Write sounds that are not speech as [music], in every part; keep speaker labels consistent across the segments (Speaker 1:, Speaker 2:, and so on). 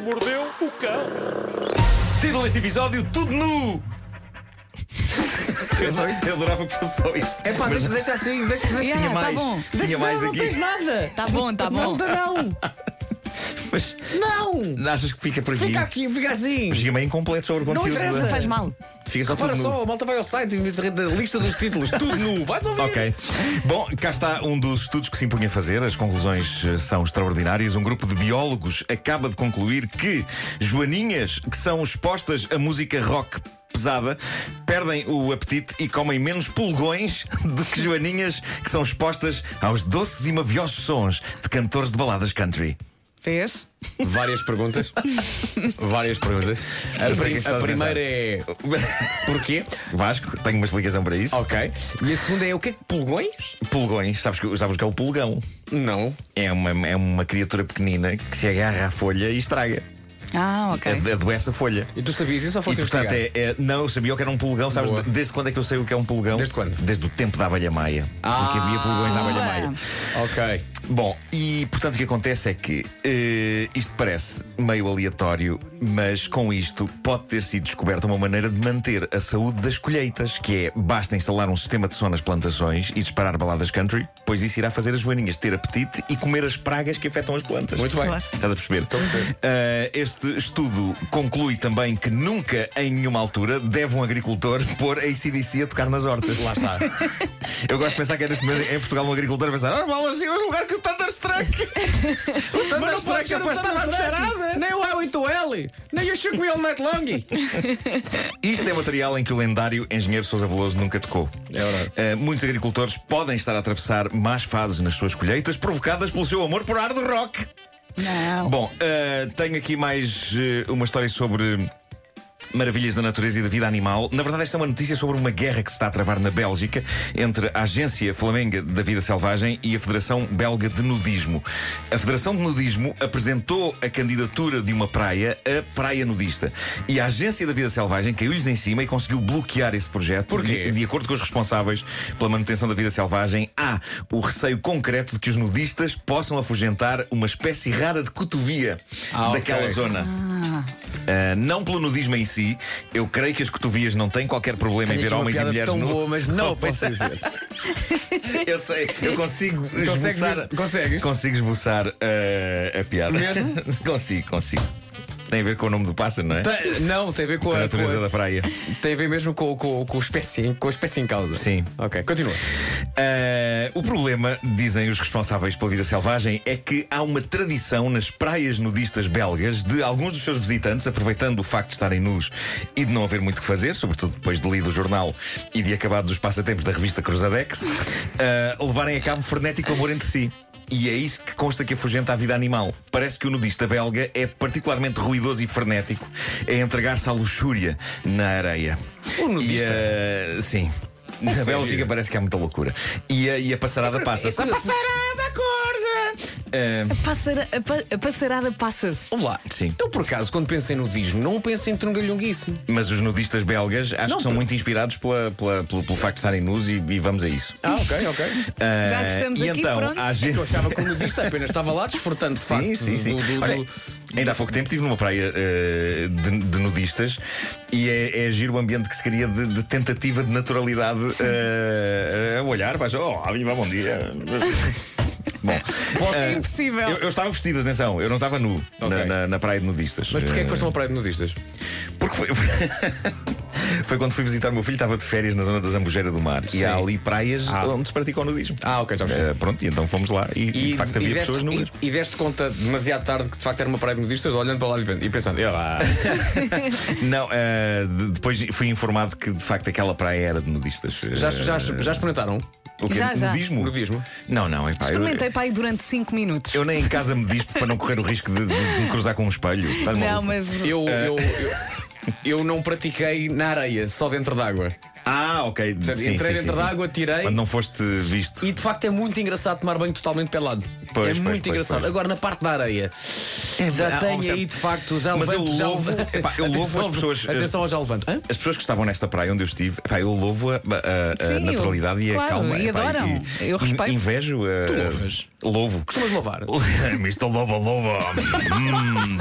Speaker 1: mordeu o cão. Título deste episódio: Tudo nu. Eu, só isso, eu adorava que fosse só isto.
Speaker 2: É pá,
Speaker 1: Mas
Speaker 2: deixa, deixa assim, deixa, deixa
Speaker 3: Yeah,
Speaker 2: tinha
Speaker 3: tá
Speaker 2: mais.
Speaker 3: bom.
Speaker 2: Tinha
Speaker 4: Deixa-
Speaker 2: mais
Speaker 4: não,
Speaker 2: aqui.
Speaker 4: não tens nada.
Speaker 3: Tá bom, tá bom.
Speaker 4: Nada não.
Speaker 2: Mas
Speaker 4: Não.
Speaker 2: achas que fica por aqui?
Speaker 4: Fica aqui, fica assim.
Speaker 2: Mas Fica meio incompleto sobre o
Speaker 4: Não
Speaker 2: conteúdo.
Speaker 4: interessa.
Speaker 2: da-
Speaker 3: Faz mal.
Speaker 2: Fica só
Speaker 4: Repara
Speaker 2: tudo nu.
Speaker 4: só, a malta vai ao site e me da lista dos títulos. Tudo nu. Vais ouvir.
Speaker 2: Ok. Bom, cá está um dos estudos que se impunha a fazer. As conclusões eh, são extraordinárias. Um grupo de biólogos acaba de concluir que joaninhas que são expostas a música rock pesada perdem o apetite e comem menos pulgões [laughs] do que joaninhas que são expostas aos doces e maviosos sons de cantores de baladas country.
Speaker 3: Fez?
Speaker 4: Várias perguntas. Várias perguntas.
Speaker 2: Eu
Speaker 4: A,
Speaker 2: sei que
Speaker 4: pri-
Speaker 2: estás
Speaker 4: a
Speaker 2: a
Speaker 4: primeira é. Porquê?
Speaker 2: Vasco, tenho uma explicação para isso.
Speaker 4: Ok. E a segunda é o que é que pulgões?
Speaker 2: Pulgões, sabes que, sabes o que é o pulgão?
Speaker 4: Não.
Speaker 2: É uma, é uma criatura pequenina que se agarra à folha e estraga.
Speaker 3: Ah, ok.
Speaker 2: Ad- Adoece a folha.
Speaker 4: E tu sabias isso ou
Speaker 2: E
Speaker 4: foste
Speaker 2: portanto,
Speaker 4: investigar?
Speaker 2: é, é- não, eu sabia o que era um pulgão, sabes?
Speaker 4: Boa.
Speaker 2: de- Desde quando é que eu sei o que é um pulgão?
Speaker 4: Desde quando?
Speaker 2: Desde o tempo da abelha maia. porque havia pulgões na abelha
Speaker 3: Ah,
Speaker 2: maia.
Speaker 4: Ok.
Speaker 2: Bom, e portanto o que acontece é que eh, isto parece meio aleatório, mas com isto pode ter sido descoberta uma maneira de manter a saúde das colheitas, que é basta instalar um sistema de som nas plantações e disparar baladas country, pois isso irá fazer as joaninhas ter apetite e comer as pragas que afetam as plantas.
Speaker 4: Muito bem. Então, eh,
Speaker 3: Claro.
Speaker 2: Estás a perceber? Ah, este estudo conclui também que nunca, em nenhuma altura, deve um agricultor [laughs] pôr a ICDC a tocar nas hortas.
Speaker 4: Lá está.
Speaker 2: [laughs] Eu gosto de pensar que é neste momento, em Portugal um agricultor a pensar: ah, bolas, eu hoje lugar que o [laughs] Thunderstruck. O Thunderstruck afastava a charada.
Speaker 4: Nem o A8L, nem o Chuck Wheel Net Long.
Speaker 2: Isto é material em que o lendário engenheiro Sousa Veloso nunca tocou.
Speaker 4: É verdade.
Speaker 2: Ah, muitos agricultores podem estar a atravessar más fases nas suas colheitas provocadas pelo seu amor por hard rock.
Speaker 3: Não.
Speaker 2: Bom, eh, tenho aqui mais eh, uma história sobre. Maravilhas da natureza e da vida animal. Na verdade, esta é uma notícia sobre uma guerra que se está a travar na Bélgica entre a Agência Flamenga da Vida Selvagem e a Federação Belga de Nudismo. A Federação de Nudismo apresentou a candidatura de uma praia a Praia Nudista. E a Agência da Vida Selvagem caiu-lhes em cima e conseguiu bloquear esse projeto.
Speaker 4: Porquê?
Speaker 2: De, de acordo com os responsáveis pela manutenção da vida selvagem, há o receio concreto de que os nudistas possam afugentar uma espécie rara de cotovia
Speaker 4: Ah,
Speaker 2: daquela
Speaker 4: ok.
Speaker 2: zona. Ah, não pelo nudismo em si, eu creio que as cotovias não têm qualquer problema em ver homens e mulheres
Speaker 4: tão
Speaker 2: nu. [laughs] é.
Speaker 4: boa, mas não a posso dizer.
Speaker 2: Eu sei, eu consigo
Speaker 4: [laughs] Consegues
Speaker 2: esboçar.
Speaker 4: mesmo? Consegues?
Speaker 2: Consigo esboçar ah, a piada.
Speaker 4: Mesmo?
Speaker 2: [laughs] consigo, consigo. Tem a ver com o nome do pássaro, não é?
Speaker 4: Tem- Não, tem a ver com
Speaker 2: Com a
Speaker 4: a.
Speaker 2: natureza
Speaker 4: com a-
Speaker 2: da praia.
Speaker 4: Tem a ver mesmo com, com, com, o espécie, com a espécie em causa.
Speaker 2: Sim.
Speaker 4: Ok, continua.
Speaker 2: Uh, o problema, dizem os responsáveis pela vida selvagem, é que há uma tradição nas praias nudistas belgas de alguns dos seus visitantes, aproveitando o facto de estarem nus e de não haver muito que fazer, sobretudo depois de lido o jornal e de acabados os passatempos da revista Cruzadex, uh, levarem a cabo frenético amor entre si. E é isso que consta que afugenta a vida animal. Parece que o nudista belga é particularmente ruidoso e frenético a entregar-se à luxúria na areia.
Speaker 4: O nudista?
Speaker 2: E, uh, sim. Na
Speaker 4: sério?
Speaker 2: Bélgica parece que há muita loucura. E a, e a passarada passa.
Speaker 4: é curioso.
Speaker 2: passarada acorda! Ah,
Speaker 3: Passara- a, pa- a passarada passa-se.
Speaker 4: Vamos lá.
Speaker 2: Sim.
Speaker 4: Eu, por acaso, quando penso em nudismo, não penso em trungalhunguice.
Speaker 2: mas os nudistas belgas acho
Speaker 4: Não,
Speaker 2: que são
Speaker 4: pá.
Speaker 2: muito inspirados pela- pela- pelo, pelo facto de estarem nus e, e vamos a isso.
Speaker 4: Ah, ok,
Speaker 2: [laughs]
Speaker 4: ok.
Speaker 2: Ah,
Speaker 3: Já que estamos
Speaker 2: e
Speaker 3: aqui,
Speaker 2: então,
Speaker 3: prontos.
Speaker 2: a
Speaker 4: É que eu
Speaker 2: agência-
Speaker 4: achava que o nudista apenas estava lá desfrutando de
Speaker 2: Sim,
Speaker 4: facto
Speaker 2: sim, sim.
Speaker 4: do- do- do-
Speaker 2: Olha, ainda há pouco tempo estive numa praia eh, de, de nudistas e é, é giro o ambiente que se cria de, de tentativa de naturalidade eh, a olhar, mas oh, a mim vai bom dia.
Speaker 4: [laughs]
Speaker 2: Bom, eh,
Speaker 3: impossível.
Speaker 2: Eu, eu estava vestido, atenção, eu não estava nu na-
Speaker 4: Ok.
Speaker 2: na, na praia de nudistas.
Speaker 4: Mas porquê é que foste
Speaker 2: Eh,
Speaker 4: a uma praia de nudistas?
Speaker 2: porque foi. [laughs] Foi quando fui visitar o meu filho, estava de férias na zona da Zambujeira do Mar. E há ali praias onde se pratica o nudismo.
Speaker 4: Ah, ok, já percebi.
Speaker 2: Eh, Pronto, e então fomos lá e, e de facto havia
Speaker 4: deste-
Speaker 2: pessoas nuas.
Speaker 4: e- e deste conta demasiado tarde que de facto era uma praia de nudistas, olhando para lá e pensando, "Ela, ah,
Speaker 2: [laughs] Não, eh, de- depois fui informado que de facto aquela praia era de nudistas. [laughs]
Speaker 4: já,
Speaker 2: Eh,
Speaker 4: já, já experimentaram?
Speaker 2: o quê?
Speaker 3: Já, já.
Speaker 2: Nudismo?
Speaker 4: Nudismo.
Speaker 2: Não, não, é pá. eu-
Speaker 3: Experimentei para aí durante 5 minutos.
Speaker 2: Eu, nem em casa me dispo para não correr o risco de, de- de me cruzar com um espelho. Estás
Speaker 3: Não,
Speaker 2: maluco?
Speaker 3: mas.
Speaker 4: Eu, eu, eu, eu não pratiquei na areia, só dentro d'água.
Speaker 2: Ah, ok.
Speaker 4: Portanto,
Speaker 2: Sim,
Speaker 4: entrei
Speaker 2: sim,
Speaker 4: dentro
Speaker 2: sim,
Speaker 4: da
Speaker 2: sim.
Speaker 4: água, tirei.
Speaker 2: Quando não foste visto.
Speaker 4: E de facto é muito engraçado tomar banho totalmente pelado.
Speaker 2: Pois,
Speaker 4: é
Speaker 2: pois,
Speaker 4: muito
Speaker 2: pois,
Speaker 4: engraçado.
Speaker 2: pois.
Speaker 4: Agora na parte da areia. já
Speaker 2: há- há
Speaker 4: tenho
Speaker 2: um certo-
Speaker 4: aí de facto, já
Speaker 2: Mas eu
Speaker 4: levanto. já
Speaker 2: louvo-
Speaker 4: levanto.
Speaker 2: Epá, eu louvo
Speaker 4: Atenção,
Speaker 2: as pessoas- eh,
Speaker 4: Atenção, já levanto. Hã?
Speaker 2: As pessoas que estavam nesta praia onde eu estive, pá, eu louvo a, a- a
Speaker 3: Sim, eu-
Speaker 2: naturalidade e a
Speaker 3: claro,
Speaker 2: calma.
Speaker 3: e
Speaker 2: epá,
Speaker 3: adoram. Eu respeito.
Speaker 2: Invejo. a-
Speaker 4: Tu louvas?
Speaker 2: Louvo. [laughs]
Speaker 4: Costumas louvar?
Speaker 2: Hum, Misto Lova [laughs] Lova. Hum.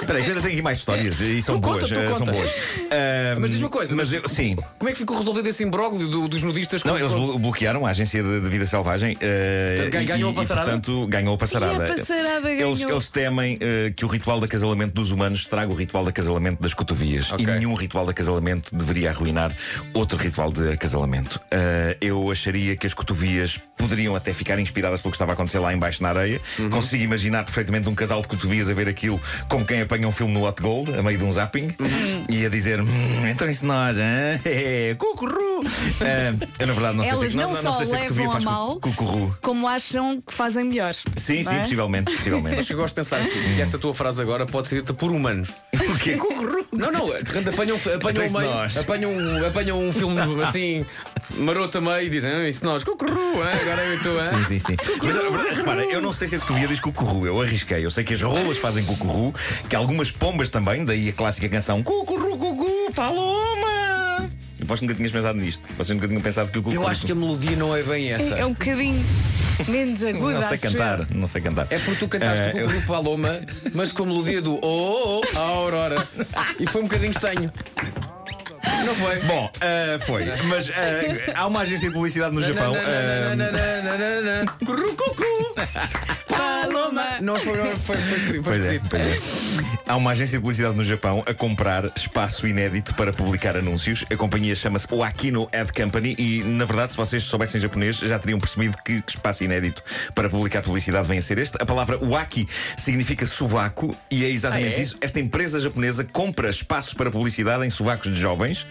Speaker 2: Espera aí, que ainda tenho aqui mais histórias. E são
Speaker 4: Tu
Speaker 2: boas.
Speaker 4: conta, tu
Speaker 2: eh, são
Speaker 4: conta.
Speaker 2: boas. Ah,
Speaker 4: Mas diz uma coisa,
Speaker 2: Mas eu, sim.
Speaker 4: Como é que ficou resolvido esse imbróglio do- dos nudistas? é
Speaker 2: Não,
Speaker 4: com-
Speaker 2: eles
Speaker 4: com-
Speaker 2: blo- bloquearam a agência de, de vida selvagem eh,
Speaker 4: Portanto, gan-
Speaker 2: e-
Speaker 4: ganhou a
Speaker 2: e,
Speaker 4: passarada?
Speaker 2: portanto, ganhou a passarada.
Speaker 3: E a passarada
Speaker 2: eles,
Speaker 3: ganhou.
Speaker 2: eles temem eh, que o ritual de acasalamento dos humanos traga o ritual de acasalamento das cotovias.
Speaker 4: Ok.
Speaker 2: E nenhum ritual de acasalamento deveria arruinar outro ritual de acasalamento. Eh, eu acharia que as cotovias poderiam até ficar inspiradas pelo que estava a acontecer lá embaixo na areia. Consigo imaginar perfeitamente um casal de cotovias a ver aquilo com quem apanha um filme no Hot Gold, a meio de um zapping, e a dizer: "Hum, então isso nós, hein? [laughs] É, Cucurru! Eh, eu, na verdade, não sei
Speaker 3: Elas
Speaker 2: se,
Speaker 3: não, só
Speaker 2: sei se a cotovia
Speaker 3: levam a
Speaker 2: faz cu-
Speaker 3: mal,
Speaker 2: cucurru.
Speaker 3: como acham que fazem melhor.
Speaker 2: Sim,
Speaker 3: não
Speaker 2: sim,
Speaker 3: é?
Speaker 2: possivelmente,
Speaker 3: [laughs]
Speaker 4: Só
Speaker 2: possivelmente.
Speaker 4: chegou a pensar que, que essa tua frase agora pode ser dita por humanos.
Speaker 2: [laughs]
Speaker 4: um
Speaker 2: O
Speaker 4: [laughs]
Speaker 2: quê?
Speaker 4: Não, não, apanham, apanham,
Speaker 2: Então
Speaker 4: um
Speaker 2: isso
Speaker 4: meio,
Speaker 2: nós.
Speaker 4: apanham, um- apanham um filme assim, maroto a meio e dizem, "Ah, isso nós, cucurru, hein? agora é eu estou, hein?"
Speaker 2: Sim, sim,
Speaker 4: [laughs]
Speaker 2: sim. Mas a verdade- repara, eu não sei se a cotovia diz cucurru, eu arrisquei. Eu sei que as rolas fazem cucurru, que algumas pombas também, daí a clássica canção Cucurru, cucu, paloma. Eu aposto que nunca tinhas pensado nisto. Vocês nunca tinham pensado que o cucurru.
Speaker 4: Eu acho que a melodia não é bem essa.
Speaker 3: É um bocadinho
Speaker 2: [laughs]
Speaker 3: menos aguda.
Speaker 2: Não sei
Speaker 3: acho eu.
Speaker 2: cantar, não sei cantar.
Speaker 4: É porque tu cantaste
Speaker 2: Eh,
Speaker 4: com o
Speaker 2: eu-
Speaker 4: grupo Paloma, mas com a melodia do Oh, oh, oh, a Aurora. E foi um bocadinho estranho. Não foi?
Speaker 2: Bom, eh, foi. Mas eh, há uma agência de publicidade no Japão. eh,
Speaker 4: Curucucu! Paloma! Não foi, não, foi, foi, estranho, foi
Speaker 2: Pois é,
Speaker 4: esquisito.
Speaker 2: pois é. Há uma agência de publicidade no Japão a comprar espaço inédito para publicar anúncios. A companhia chama-se Wakino Ad Company e, na verdade, se vocês soubessem japonês, já teriam percebido que espaço inédito para publicar publicidade vem a ser este. A palavra waki significa sovaco e é exatamente
Speaker 4: Ah, é?
Speaker 2: isso. Esta empresa japonesa compra espaços para publicidade em sovacos de jovens.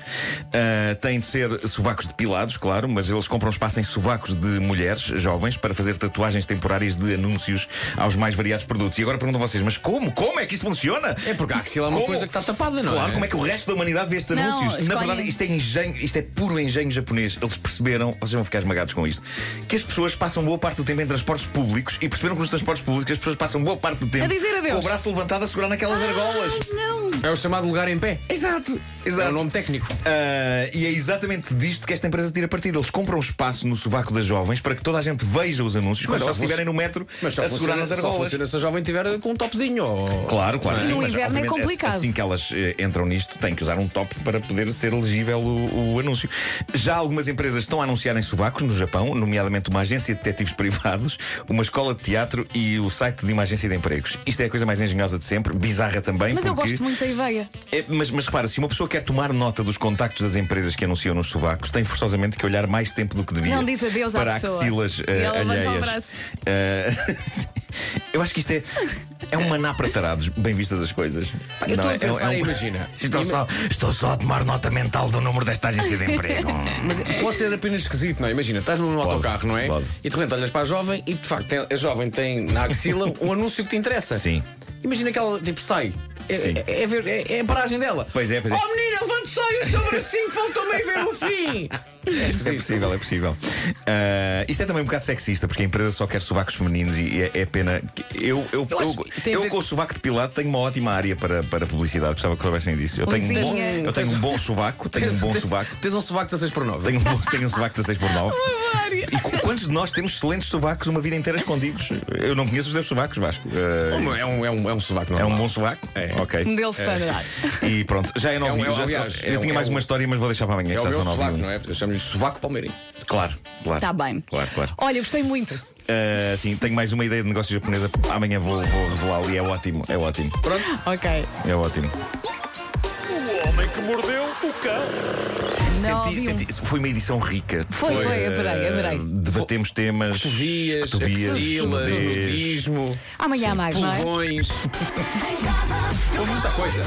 Speaker 2: Ah, tem de ser sovacos depilados, claro, mas eles compram espaço em sovacos de mulheres jovens para fazer tatuagens temporárias de anúncios aos mais variados produtos. E agora perguntam vocês, mas como? Como é que isto funciona?
Speaker 4: É porque a axila é uma
Speaker 2: Como?
Speaker 4: coisa que está tapada, não
Speaker 2: Claro,
Speaker 4: é?
Speaker 2: como é que o resto da humanidade vê estes
Speaker 3: Não,
Speaker 2: anúncios? Na
Speaker 3: escolhem-
Speaker 2: verdade, isto é engenho, isto é puro engenho japonês. Eles perceberam, vocês vão ficar esmagados com isto, que as pessoas passam boa parte do tempo em transportes públicos e perceberam que nos transportes públicos as pessoas passam boa parte do tempo
Speaker 3: A dizer adeus. Ah,
Speaker 2: com o braço levantado a segurar naquelas argolas.
Speaker 3: Não.
Speaker 4: É o chamado lugar em pé.
Speaker 2: Exato,
Speaker 4: É o
Speaker 2: exato.
Speaker 4: nome técnico.
Speaker 2: Ah, e é exatamente disto que esta empresa tira partido. Eles compram espaço no sovaco das jovens para que toda a gente veja os anúncios
Speaker 4: Mas
Speaker 2: quando
Speaker 4: só
Speaker 2: elas
Speaker 4: funciona-
Speaker 2: estiverem no metro
Speaker 4: Mas só
Speaker 2: a segurar
Speaker 4: funciona,
Speaker 2: nas
Speaker 4: só
Speaker 2: argolas.
Speaker 4: funciona se a jovem tiver com um topzinho. ou-
Speaker 2: Claro, claro. que
Speaker 4: Não é?
Speaker 2: sim,
Speaker 3: No
Speaker 2: mas,
Speaker 3: inverno é
Speaker 2: obviamente,
Speaker 3: complicado.
Speaker 2: Assim que elas eh, entram nisto, têm que usar um top para poder ser elegível o, o anúncio. Já algumas empresas estão a anunciar em sovacos no Japão, nomeadamente uma agência de detetives [laughs] privados, uma escola de teatro e o site de uma agência de empregos. Isto é a coisa mais engenhosa de sempre, bizarra também.
Speaker 3: Mas eu
Speaker 2: porque-
Speaker 3: gosto muito da ideia.
Speaker 2: é, mas, mas repara, se uma pessoa quer tomar nota dos contactos das empresas que anunciam nos sovacos, tem forçosamente que olhar mais tempo do que devia.
Speaker 3: Não diz adeus à
Speaker 2: para
Speaker 3: pessoa.
Speaker 2: axilas
Speaker 3: E ela
Speaker 2: eh,
Speaker 3: levanta o
Speaker 2: alheias.
Speaker 3: braço.
Speaker 2: Eh, [laughs] eu acho que isto é, é um maná para tarados, bem vistas as coisas.
Speaker 4: eu estou
Speaker 2: Não,
Speaker 4: a
Speaker 2: é- é
Speaker 4: pensar,
Speaker 2: um-
Speaker 4: imagina.
Speaker 2: [laughs] Estou só, estou só a tomar nota mental do número desta agência de emprego. É
Speaker 4: Mas pode ser apenas esquisito, não é? Imagina, estás num autocarro, não é?
Speaker 2: pode.
Speaker 4: E de repente olhas para a jovem e de facto tem- a jovem tem na
Speaker 2: [laughs]
Speaker 4: axila um anúncio que te interessa.
Speaker 2: Sim.
Speaker 4: Imagina que ela tipo sai. É,
Speaker 2: Sim.
Speaker 4: é- é ver- é- é a paragem dela.
Speaker 2: Pois é, pois é.
Speaker 4: Oh menina, levante só aí o seu bracinho, faltou meio ver
Speaker 2: [laughs]
Speaker 4: o fim. É
Speaker 2: É possível, é possível. Ah, isto é também um bocado sexista, porque a empresa só quer sovacos femininos e é, é pena. que- Eu, eu, eu,
Speaker 4: acho que tem a
Speaker 2: eu
Speaker 4: ver
Speaker 2: com o sovaco de Pilato tenho uma ótima área para, para publicidade. Gostava que soubessem disso. Eu tenho, um bom,
Speaker 3: Lisinha.
Speaker 2: eu tenho um bom sovaco, tenho um bom
Speaker 4: Tens-
Speaker 2: sovaco.
Speaker 4: Tens um sovaco 16 por 9.
Speaker 2: Tenho um, bom, tenho um sovaco de 6 por
Speaker 3: [laughs]
Speaker 2: 9. E qu- quantos de nós temos excelentes sovacos uma vida inteira escondidos? Eu não conheço os teus sovacos, Vasco. Ah,
Speaker 4: É um, é um, é um sovaco, não
Speaker 2: é um bom sovaco?
Speaker 4: É.
Speaker 2: Ok.
Speaker 3: Um deles standard.
Speaker 2: E pronto, já é novinho.
Speaker 4: é
Speaker 2: já
Speaker 4: um-
Speaker 2: sou-
Speaker 4: aliás, é
Speaker 2: eu
Speaker 4: um-
Speaker 2: tinha
Speaker 4: é
Speaker 2: mais
Speaker 4: um-
Speaker 2: uma história, mas vou deixar para amanhã.
Speaker 4: É
Speaker 2: que
Speaker 4: o
Speaker 2: já
Speaker 4: meu
Speaker 2: são nove e
Speaker 4: sovaco,
Speaker 2: um.
Speaker 4: não é? Eu chamo-lhe sovaco palmeirinho.
Speaker 2: Claro, claro.
Speaker 3: Está Tá bem.
Speaker 2: Claro, claro.
Speaker 3: Olha, gostei muito.
Speaker 2: Uh, sim, tenho mais uma ideia de negócio japonesa. Amanhã vou, vou revelá-lo e é ótimo, é ótimo,
Speaker 4: Pronto.
Speaker 3: Ok.
Speaker 2: é ótimo.
Speaker 1: O homem que mordeu o cão.
Speaker 3: Não
Speaker 2: Senti-
Speaker 3: ouvi um.
Speaker 2: senti- foi uma edição rica.
Speaker 3: Foi, foi, adorei, adorei.
Speaker 2: Uh, debatemos temas.
Speaker 4: Cotovias,
Speaker 2: cotovias,
Speaker 4: axilas,
Speaker 2: nudez.
Speaker 4: nudismo,
Speaker 3: Amanhã há mais, não é?
Speaker 4: pulgões.
Speaker 5: Houve muita coisa.